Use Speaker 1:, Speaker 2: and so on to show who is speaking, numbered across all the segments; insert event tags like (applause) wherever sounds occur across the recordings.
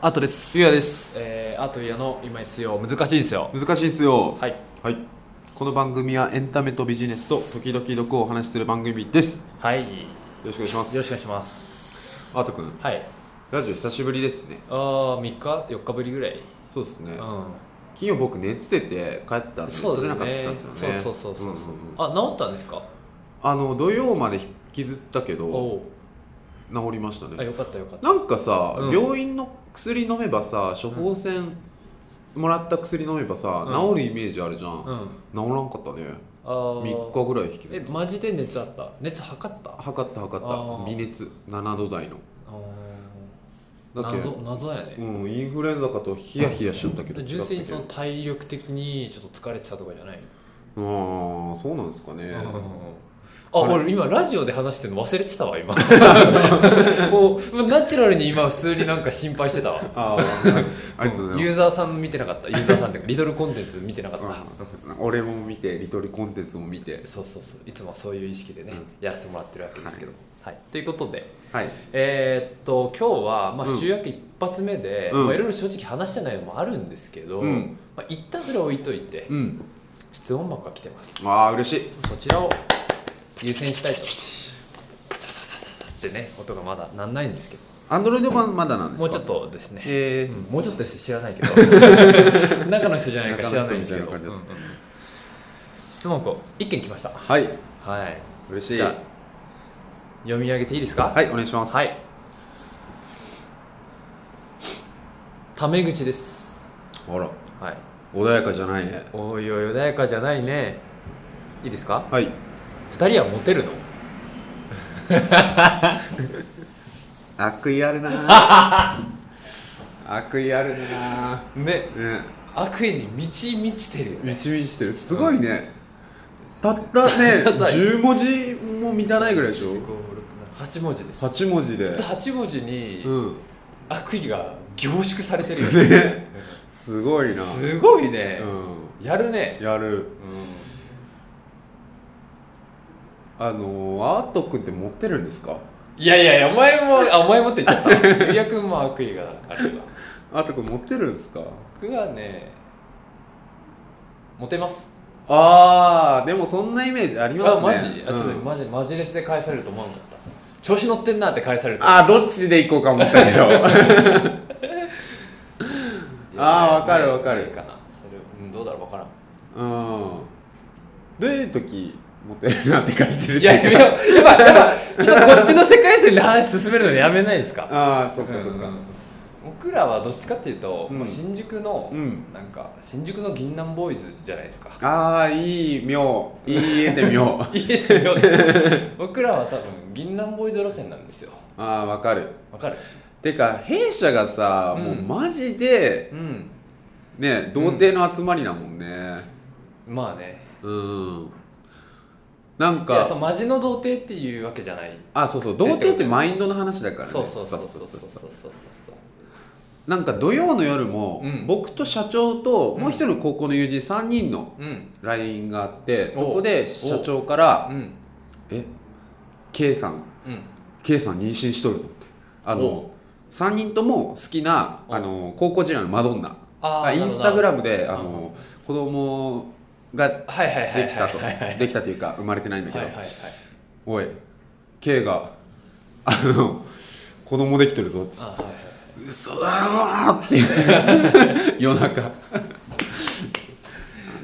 Speaker 1: アートです
Speaker 2: ゆうやです
Speaker 1: えー、アートゆうやの今必要難しいんですよ
Speaker 2: 難しいですよ
Speaker 1: はい
Speaker 2: はいこの番組はエンタメとビジネスと時々毒をお話しする番組ですよ
Speaker 1: はいよ
Speaker 2: ろしくお願いします
Speaker 1: ろしくお願いします
Speaker 2: あとくん
Speaker 1: はい
Speaker 2: ラジオ久しぶりですね
Speaker 1: あー3日4日ぶりぐらい
Speaker 2: そうですね
Speaker 1: う
Speaker 2: 金曜僕寝つてて帰ったん
Speaker 1: ん
Speaker 2: で
Speaker 1: そ
Speaker 2: 撮
Speaker 1: う
Speaker 2: れ
Speaker 1: だ
Speaker 2: な
Speaker 1: よ
Speaker 2: かっ
Speaker 1: ね
Speaker 2: たんですよね
Speaker 1: そうそうそうそう,、
Speaker 2: んんん
Speaker 1: あ治ったんですか
Speaker 2: あの土曜まで引きずったけ
Speaker 1: お
Speaker 2: ど
Speaker 1: お
Speaker 2: 治りました
Speaker 1: あ
Speaker 2: ね
Speaker 1: よかったよかった
Speaker 2: なんかさ、
Speaker 1: うん
Speaker 2: 病院の薬飲めばさ処方箋もらった薬飲めばさ、
Speaker 1: うん
Speaker 2: 治るイメージあるじゃん、
Speaker 1: うん
Speaker 2: 治らんかったね
Speaker 1: あー
Speaker 2: 3日ぐらい引きず
Speaker 1: え
Speaker 2: った
Speaker 1: マジで熱あった熱測ったあ
Speaker 2: 測った測っ
Speaker 1: あー
Speaker 2: た微熱7度台の
Speaker 1: ー
Speaker 2: だっけ
Speaker 1: 謎謎やね
Speaker 2: うんインフルエンザかとヒヤヒヤしちゃったけど
Speaker 1: 純粋に
Speaker 2: 違
Speaker 1: そ
Speaker 2: っ
Speaker 1: の
Speaker 2: たっ
Speaker 1: 体力的にちょっと疲れてたとかじゃない
Speaker 2: けああそうなんですかね
Speaker 1: あ、
Speaker 2: あれ
Speaker 1: 俺今ラジオで話してるの忘れてたわ
Speaker 2: (laughs)
Speaker 1: 今もうナチュラルに今普通になんか心配してたわ
Speaker 2: あ
Speaker 1: (laughs)
Speaker 2: ーありがとうござい
Speaker 1: ユ
Speaker 2: ま
Speaker 1: ーザーさん見てなかったユーザーさんっていう
Speaker 2: (laughs)
Speaker 1: かリトルコンテンツ見てなかった、
Speaker 2: すうん俺も見てリトルコンテンツも見て
Speaker 1: そうそうそういつもはそういう意識でね、
Speaker 2: うん
Speaker 1: やらせてもらってるわけですけど、はいということで
Speaker 2: はい
Speaker 1: えーっと今日は、まあ、
Speaker 2: うん
Speaker 1: 週明け一発目で、
Speaker 2: うん
Speaker 1: まあ、いろいろ正直話した内容もあるんですけど、
Speaker 2: うん
Speaker 1: まあ、一旦それは置いといて、
Speaker 2: うん
Speaker 1: 質問箱が来てます
Speaker 2: ああ嬉しい
Speaker 1: そちらを優先したいとってね音がまだなんないんですけど
Speaker 2: アンドロイド版まだなんですか
Speaker 1: もうちょっとですね、
Speaker 2: えー
Speaker 1: うんもうちょっとです知らないけど (laughs) 中の人じゃないか知らないんですけど、
Speaker 2: 中の人
Speaker 1: うん
Speaker 2: みたいな感じだ
Speaker 1: うん質問項1件来ました
Speaker 2: はい
Speaker 1: はい
Speaker 2: 嬉しい
Speaker 1: じゃあ読み上げていいですか
Speaker 2: はいお願いします
Speaker 1: はいタメ口です
Speaker 2: あ
Speaker 1: は
Speaker 2: ら
Speaker 1: い
Speaker 2: 穏やかじゃないね
Speaker 1: おいおい穏やかじゃないねいいですか
Speaker 2: はい
Speaker 1: 2人はモテるの
Speaker 2: 悪意あるな
Speaker 1: (laughs)
Speaker 2: 悪意あるな
Speaker 1: ね
Speaker 2: ね
Speaker 1: 悪意に満ち満ちてるよ
Speaker 2: み
Speaker 1: ね
Speaker 2: ちみちしてるすごいね、たっ
Speaker 1: (laughs)
Speaker 2: たね
Speaker 1: たった
Speaker 2: 10文字も満たないぐらいでしょ
Speaker 1: 8文字ですたっ
Speaker 2: 8文字で
Speaker 1: た8文字に
Speaker 2: うん
Speaker 1: 悪意が凝縮されてるよね
Speaker 2: すごいな
Speaker 1: すごいね
Speaker 2: う、ん
Speaker 1: やるね
Speaker 2: やるあのー、アートくんって持ってるんですか
Speaker 1: いやいやいやお前もあお前もって言っちゃったゆうやくんも悪意があるわ
Speaker 2: アートくん持ってるんですか
Speaker 1: 僕はねモテます
Speaker 2: あーでもそんなイメージありますね
Speaker 1: あマジあちょっと、
Speaker 2: うん
Speaker 1: マジマジレスで返されると思わなかった調子乗ってんなって返されると
Speaker 2: あーどっちで行こうか思ったけ (laughs) どあーわかるわかる
Speaker 1: いいかなそれ、うん、どうだろうわからん
Speaker 2: うんどういう時持ってるなって感じる
Speaker 1: いや、やめよう。やっぱ、やっぱ、ちょっとこっちの世界線で話進めるのやめないですか。
Speaker 2: ああそっかそっか
Speaker 1: 僕らはどっちかっていうと、
Speaker 2: うん
Speaker 1: まあ、新宿の、
Speaker 2: うん
Speaker 1: なんか、新宿の銀杏ボーイズじゃないです
Speaker 2: (laughs)
Speaker 1: か。
Speaker 2: ああいい妙いい絵で (laughs) 妙
Speaker 1: 言えてるようです。 (laughs) 僕らは多分、銀杏ボーイズ路線なんですよ。
Speaker 2: ああわかる
Speaker 1: わかる
Speaker 2: てか弊社がさ、
Speaker 1: うん
Speaker 2: もうマジで
Speaker 1: うん。
Speaker 2: ね童貞の集まりだもんね
Speaker 1: まあね。
Speaker 2: うん、なん
Speaker 1: いや、
Speaker 2: か
Speaker 1: そう、マジの童貞っていうわけじゃない。
Speaker 2: あそうそう童貞ってマインドの話だからね
Speaker 1: そうそうそうそうそ
Speaker 2: そ
Speaker 1: ううそ
Speaker 2: そ
Speaker 1: うう
Speaker 2: そう
Speaker 1: そうそうそう。
Speaker 2: なんか土曜の夜も、
Speaker 1: うん
Speaker 2: 僕と社長と
Speaker 1: うん
Speaker 2: もう一人の高校の友人3人の
Speaker 1: うん。
Speaker 2: LINE があって、
Speaker 1: お
Speaker 2: そこで社長から
Speaker 1: うん。
Speaker 2: 「え K さん
Speaker 1: うん。
Speaker 2: K さん妊娠しとるぞ」ってあの
Speaker 1: お
Speaker 2: 3人とも好きな
Speaker 1: お
Speaker 2: あの高校時代のマドンナ
Speaker 1: あー
Speaker 2: インスタグラムで
Speaker 1: な
Speaker 2: あ
Speaker 1: るほど
Speaker 2: の子供がで
Speaker 1: はいはいはいはい
Speaker 2: きたと
Speaker 1: はいはいはい
Speaker 2: できたというか生まれてないんだけ
Speaker 1: は
Speaker 2: ど
Speaker 1: いはいはい。
Speaker 2: 「おい K があの子供できてるぞ」って
Speaker 1: あ、はいはい。
Speaker 2: 「嘘だろ!」って (laughs) 夜中「なん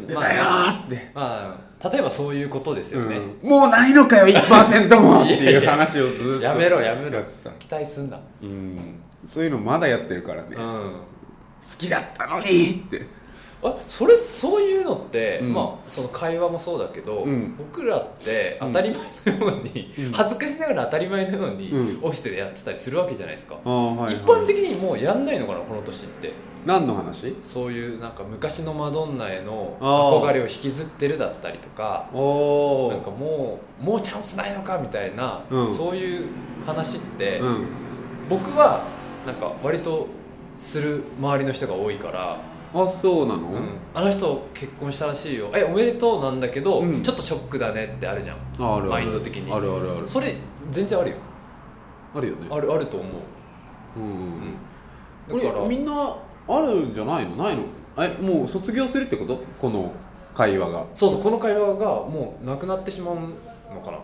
Speaker 2: でだよ!」って。
Speaker 1: まあ、例えばそういうことですよね。
Speaker 2: うんもうないのかよ1%もって
Speaker 1: いやい
Speaker 2: (laughs) いう
Speaker 1: や
Speaker 2: 話をずっと
Speaker 1: やめろやめろ
Speaker 2: ってた
Speaker 1: 期待すんな、
Speaker 2: うんそういうのまだやってるからね
Speaker 1: うんあ
Speaker 2: きだったのにって
Speaker 1: それそういうのって、
Speaker 2: うん
Speaker 1: まあその会話もそうだけど、
Speaker 2: うん
Speaker 1: 僕らって
Speaker 2: う
Speaker 1: 当
Speaker 2: ん
Speaker 1: たり前のように、
Speaker 2: うん
Speaker 1: 恥ずかしながら当たり前のように、
Speaker 2: うん
Speaker 1: オフィスでやってたりするわけじゃないですか、
Speaker 2: ああはい、はい、
Speaker 1: 一般的にもうやんないのかなこの年って
Speaker 2: 何の話
Speaker 1: そういうなんか昔のマドンナへの
Speaker 2: あー
Speaker 1: 憧れを引きずってるだったりとか
Speaker 2: お
Speaker 1: なんか
Speaker 2: お
Speaker 1: もうもうチャンスないのかみたいな、
Speaker 2: うん
Speaker 1: そういう話って、
Speaker 2: うん
Speaker 1: 僕はなんか割とする周りの人が多いから、
Speaker 2: あそうなの、
Speaker 1: あの人結婚したらしいよえおめでとうなんだけど、
Speaker 2: うん
Speaker 1: ちょっとショックだねってあるじゃん
Speaker 2: ああるある
Speaker 1: マインド的に
Speaker 2: あるあるある
Speaker 1: それ全然あるよ
Speaker 2: あるよね
Speaker 1: あるあると思う
Speaker 2: うんうんうんこれ
Speaker 1: だから
Speaker 2: みんなあるんじゃないのないのえもう卒業するってことこの会話が
Speaker 1: そうそうこの会話がもうなくなってしまうのかな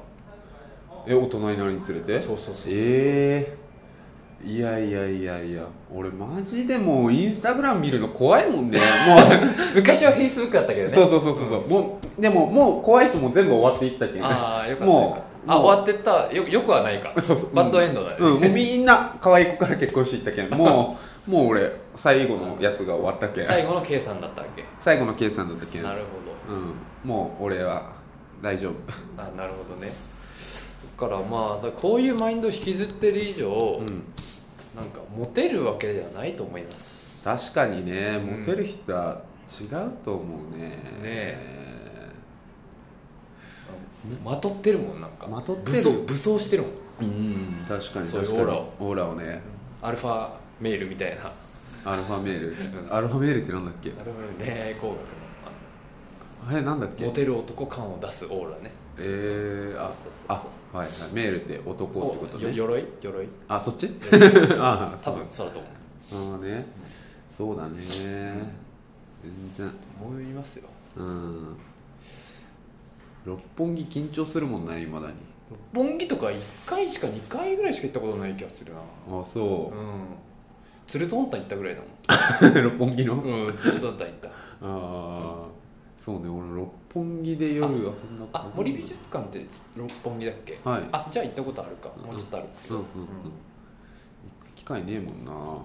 Speaker 2: え大人になるにつれて
Speaker 1: そうそうそうそう
Speaker 2: ええいやいやいやいや俺マジでもうインスタグラム見るの怖いもん
Speaker 1: (laughs)
Speaker 2: ねも
Speaker 1: 昔はフェイスブックだったけ
Speaker 2: う
Speaker 1: どね
Speaker 2: そうそうそうそうそうもうでももう怖い人も全部終わっていったけん
Speaker 1: ああよかったよかっ
Speaker 2: もう
Speaker 1: たあ
Speaker 2: もう
Speaker 1: 終わってったよよくはないか
Speaker 2: (laughs) そうそう
Speaker 1: バッドエンドだよね、
Speaker 2: うん、もうみんな可愛い子から結婚していったけんも
Speaker 1: (laughs)
Speaker 2: うもう俺最後のやつが終わったけん
Speaker 1: 最後の K さんだったわけ
Speaker 2: 最後の計算だったけん
Speaker 1: なるほ
Speaker 2: うん、もう俺は大丈夫
Speaker 1: どあなるほどねだからまあだからこういうマインドを引きずってる以上、
Speaker 2: うん、
Speaker 1: なんかモテるわけではないと思います
Speaker 2: 確かにね
Speaker 1: うん
Speaker 2: モテる人は違うと思うね、
Speaker 1: えまとってるもんなんか
Speaker 2: まとってる
Speaker 1: 武装武装してるもん
Speaker 2: うん確かに
Speaker 1: そういう
Speaker 2: 確か
Speaker 1: オー
Speaker 2: に
Speaker 1: ラを
Speaker 2: オーラをね
Speaker 1: アルファメールみたいな
Speaker 2: アルファメールアルファメールってなんだっけ
Speaker 1: なるほど恋愛工学の
Speaker 2: えなんだっ
Speaker 1: あの
Speaker 2: け
Speaker 1: モテる男感を出すオーラね
Speaker 2: えー、あ
Speaker 1: そうそうそう
Speaker 2: あ
Speaker 1: そう
Speaker 2: はいはいメールって男ってこと
Speaker 1: よ
Speaker 2: ね
Speaker 1: 鎧 (laughs) 鎧
Speaker 2: あそっち (laughs) あ
Speaker 1: 多分そうだと思
Speaker 2: あーねそうだね全然
Speaker 1: う思いますよ
Speaker 2: うん六本木緊張するもんないまだに
Speaker 1: 六本木とか1回しか2回ぐらいしか行ったことない気がするな
Speaker 2: あそう
Speaker 1: うん鶴とんた行ったぐらいだも
Speaker 2: (laughs) 六本木の、あ
Speaker 1: んうん鶴とんた行った
Speaker 2: あーそうね俺六本木で夜遊んだこと
Speaker 1: あ森美術館って六本木だっけ
Speaker 2: はい
Speaker 1: あじゃあ行ったことあるかもうちょっとある
Speaker 2: うんうんう
Speaker 1: う
Speaker 2: ん、
Speaker 1: ん
Speaker 2: 行く機会ねえもんな
Speaker 1: だ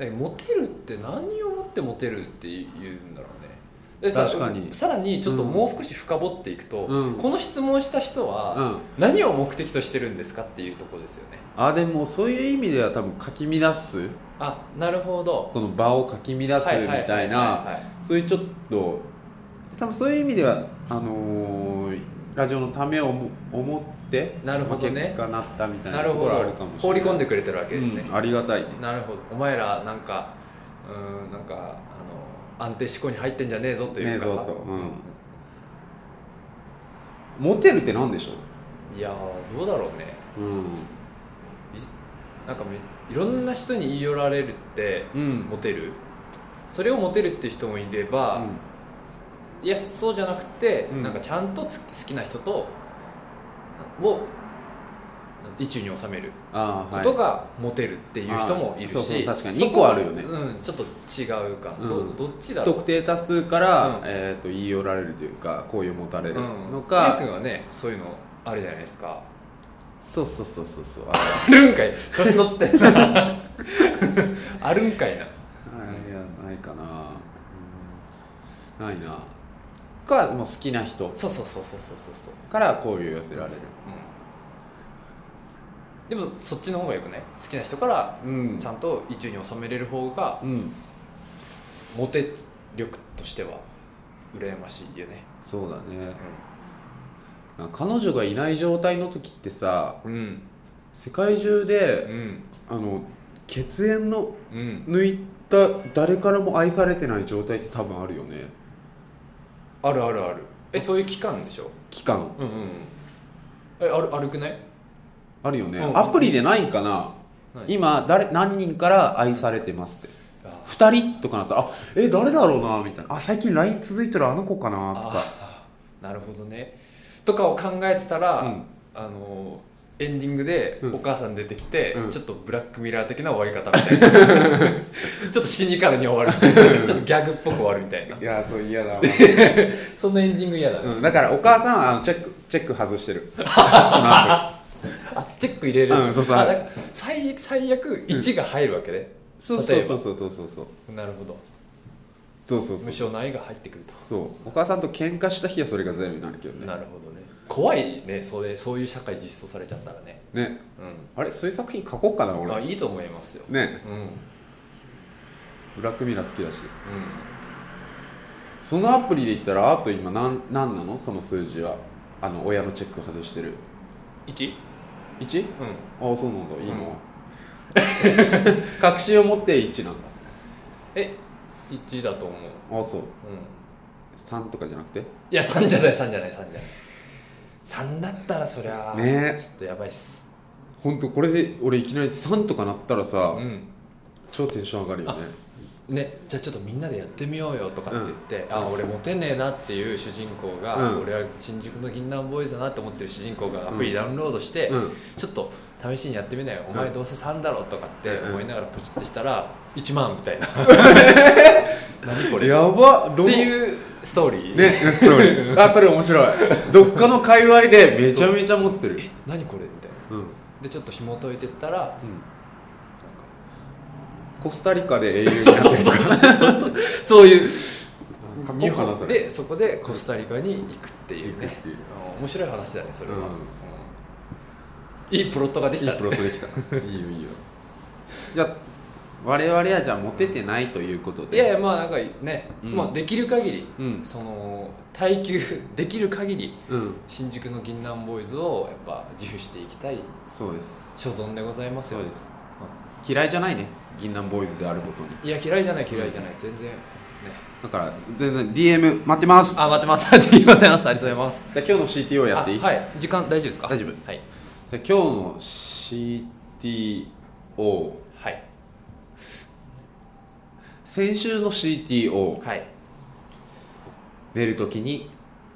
Speaker 1: けどモテるって何をもってモテるって言うんだろうねでさ
Speaker 2: 確かに
Speaker 1: さらにちょっともう少し深掘っていくと、
Speaker 2: うん
Speaker 1: この質問した人は
Speaker 2: うん
Speaker 1: 何を目的としてるんですかっていうところですよね
Speaker 2: あでもそういう意味では多分かき乱す
Speaker 1: あなるほど
Speaker 2: この場をかき乱す
Speaker 1: はい
Speaker 2: み
Speaker 1: はいはい
Speaker 2: たい
Speaker 1: は
Speaker 2: なそういうちょっと多分そういう意味ではあのーラジオのためを思思って
Speaker 1: なるほどね
Speaker 2: まあ結果なったみた
Speaker 1: い
Speaker 2: い
Speaker 1: な
Speaker 2: な
Speaker 1: る
Speaker 2: と
Speaker 1: ほ
Speaker 2: ころはあるか
Speaker 1: ど
Speaker 2: もし
Speaker 1: 放
Speaker 2: れない
Speaker 1: り込んでくれてるわけですね、
Speaker 2: うん、ありがたいね
Speaker 1: なるほどお前らなんかうーんなんかあの安定思考に入ってんじゃねえぞというか
Speaker 2: ねえぞとうんモテるってなんでしょ
Speaker 1: いやーどうだろうね
Speaker 2: う、うん
Speaker 1: なんかめいろんな人に言い寄られるって
Speaker 2: うん
Speaker 1: モテるそれをモテるって人もいれば、いやそうじゃなくて、
Speaker 2: うん
Speaker 1: なんかちゃんとつ好きな人とを一中に収める
Speaker 2: あー
Speaker 1: こ
Speaker 2: はい
Speaker 1: とがモテるっていう人もいるし、
Speaker 2: あーそうそう確かに
Speaker 1: そこ
Speaker 2: 二個あるよね
Speaker 1: うん、ちょっと違うかな、
Speaker 2: うん
Speaker 1: どどっちだ
Speaker 2: 不
Speaker 1: ろう
Speaker 2: 特定多数から、
Speaker 1: うん
Speaker 2: えー、と言い寄られるというか好意を持たれる
Speaker 1: うん
Speaker 2: のか、
Speaker 1: ゆうくんはねそういうのあるじゃないですか
Speaker 2: そうそうそうそうそうあ
Speaker 1: あるんかい調子乗ってんな
Speaker 2: (laughs)
Speaker 1: あるんかいな
Speaker 2: あいやないかな、うんないなかもう好きな人
Speaker 1: そうそうそうそうそうそうそう、
Speaker 2: から好意を寄せられる
Speaker 1: うん、でもそっちの方がよくない好きな人から
Speaker 2: うん
Speaker 1: ちゃんと一中に収めれる方が
Speaker 2: うん
Speaker 1: モテ力としては羨ましいよね
Speaker 2: そうだね彼女がいない状態の時ってさ
Speaker 1: うん
Speaker 2: 世界中
Speaker 1: う
Speaker 2: で
Speaker 1: ん
Speaker 2: あの血縁の
Speaker 1: うん
Speaker 2: 抜いた誰からも愛されてない状態って多分あるよね
Speaker 1: あるあるあるえそういう期間でしょ
Speaker 2: 期間
Speaker 1: うんうんうんえあるあるくない
Speaker 2: あるよね、
Speaker 1: うん
Speaker 2: アプリでないんかな
Speaker 1: ない
Speaker 2: 今誰何人から愛されてますって
Speaker 1: あー
Speaker 2: 2人とかなったら「あえ誰だろうな」みたいな「あ最近 LINE 続いてるあの子かな」とか
Speaker 1: あーなるほどねとかを考えてたら、
Speaker 2: うん
Speaker 1: あのエンディングで
Speaker 2: うん
Speaker 1: お母さん出てきて、
Speaker 2: うん
Speaker 1: ちょっとブラックミラー的な終わり方みたいな (laughs) ちょっとシニカルに終わるみたい (laughs) なちょっとギャグっぽく終わるみたいない
Speaker 2: やそう嫌だ、 (laughs)
Speaker 1: そんなエンディング嫌だね、
Speaker 2: うん、だからお母さんはあのチェックチェック外して (laughs) るこのア
Speaker 1: あチェック入れる、
Speaker 2: うんそうそう
Speaker 1: あだから最最悪1が入るわけで、
Speaker 2: プリそう
Speaker 1: 例
Speaker 2: そ
Speaker 1: え
Speaker 2: う
Speaker 1: ば
Speaker 2: そうそうそうそうそう
Speaker 1: なるほど
Speaker 2: そうそう
Speaker 1: 無
Speaker 2: そう
Speaker 1: 償の愛が入ってくると、
Speaker 2: そうお母さんと喧嘩した日はそれが全部になるけど
Speaker 1: な
Speaker 2: ね
Speaker 1: るほどね怖いねそれそういう社会実装されちゃったらね
Speaker 2: ね
Speaker 1: う
Speaker 2: あれそういう作品書こうかなん
Speaker 1: まあ
Speaker 2: 俺
Speaker 1: いいと思いますよ、
Speaker 2: ね
Speaker 1: うんうん
Speaker 2: ブラックミラー好きだしそのアプリで言ったらあと今何何なのその数字はあの親のチェック外してる
Speaker 1: 1?
Speaker 2: 1?
Speaker 1: うん
Speaker 2: ああそうなんだいいな、
Speaker 1: うん
Speaker 2: (laughs) 確信を持って1なんだ
Speaker 1: え1だと思う、うん、
Speaker 2: ああそう3とかじゃなくて
Speaker 1: いや3じゃない3じゃない3じゃない3だったらそりゃ
Speaker 2: ねえ
Speaker 1: ちょっとやばいっす
Speaker 2: ほんとこれで俺いきなり3とかなったらさ、
Speaker 1: うん
Speaker 2: 超テンション上がるよね
Speaker 1: ね、じゃあちょっとみんなでやってみようよとかって言って、あ俺モテねえなっていう主人公が、
Speaker 2: うん
Speaker 1: 俺は新宿の銀杏ボーイズだなって思ってる主人公がアプリダウンロードして、
Speaker 2: うん
Speaker 1: ちょっと試しにやってみなよ、
Speaker 2: ん
Speaker 1: お前どうせ3だろとかって思いながらポチってしたら1万みたい
Speaker 2: (laughs)
Speaker 1: な何これっ
Speaker 2: やばど
Speaker 1: て
Speaker 2: う
Speaker 1: いうストーリー、
Speaker 2: ねストーリ
Speaker 1: (laughs)
Speaker 2: ーあそれ面白いどっかの界隈でめちゃめちゃ持ってる
Speaker 1: 何これみたいな
Speaker 2: うん、うん、
Speaker 1: でちょっと紐解いてったらなんか
Speaker 2: コスタリカで英雄に
Speaker 1: (laughs) そうそうそうそういう
Speaker 2: 髪を離され
Speaker 1: でそこでコスタリカに行くっていうね
Speaker 2: ていう
Speaker 1: あの面白い話だねそれは、
Speaker 2: うん
Speaker 1: うんいいプロットができ
Speaker 2: い
Speaker 1: た
Speaker 2: いプロットでき
Speaker 1: (laughs)
Speaker 2: たいいよいいよじゃあ我々はじゃあモテてないということで
Speaker 1: いやいやまあなんかね、
Speaker 2: うん
Speaker 1: まあできる限り
Speaker 2: うん
Speaker 1: その耐久できる限り
Speaker 2: うん
Speaker 1: 新宿の銀杏ボーイズをやっぱ自負していきたい
Speaker 2: そうです
Speaker 1: 所存でございますよ
Speaker 2: そうです嫌いじゃないね銀杏ボーイズであることに
Speaker 1: いや嫌いじゃない嫌いじゃない全然ね
Speaker 2: だから全然 DM 待ってます
Speaker 1: あ待ってます待ってますありがとうございます
Speaker 2: じゃあ今日の CTO やっていい、
Speaker 1: あはい時間大丈夫ですか
Speaker 2: 大丈夫
Speaker 1: はい
Speaker 2: じゃあ今日の CTO
Speaker 1: はい
Speaker 2: 先週の CTO
Speaker 1: はい
Speaker 2: 寝るときに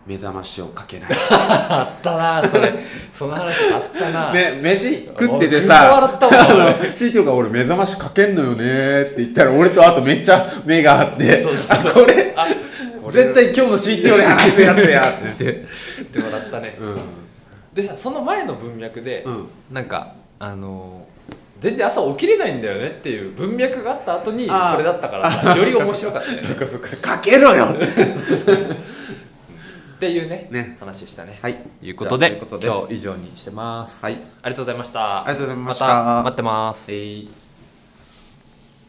Speaker 2: 目覚ましをか
Speaker 1: (laughs)
Speaker 2: けない
Speaker 1: あったなそれその話あったな
Speaker 2: ね飯食っててさ
Speaker 1: おぐっと笑ったわ
Speaker 2: (laughs) CTO が俺目覚ましかけんのよねって言ったら俺とあとめっちゃ目が合って
Speaker 1: そうそう
Speaker 2: あこれ
Speaker 1: あ
Speaker 2: 絶対今日の CTO で話すやつやっ
Speaker 1: (laughs)
Speaker 2: て言って
Speaker 1: って笑ったね
Speaker 2: うん
Speaker 1: でさその前の文脈で、
Speaker 2: うん
Speaker 1: なんかあのー全然朝起きれないんだよねっていう文脈があった後に
Speaker 2: あー
Speaker 1: それだったからさより面白かったよね
Speaker 2: そっかそっかかけろよって
Speaker 1: っていうね
Speaker 2: ね
Speaker 1: 話をしたね
Speaker 2: はい
Speaker 1: いうことで
Speaker 2: じゃあということです
Speaker 1: 今日以上にしてます、
Speaker 2: はい
Speaker 1: ありがとうございました
Speaker 2: ありがとうございました
Speaker 1: また待ってます
Speaker 2: えい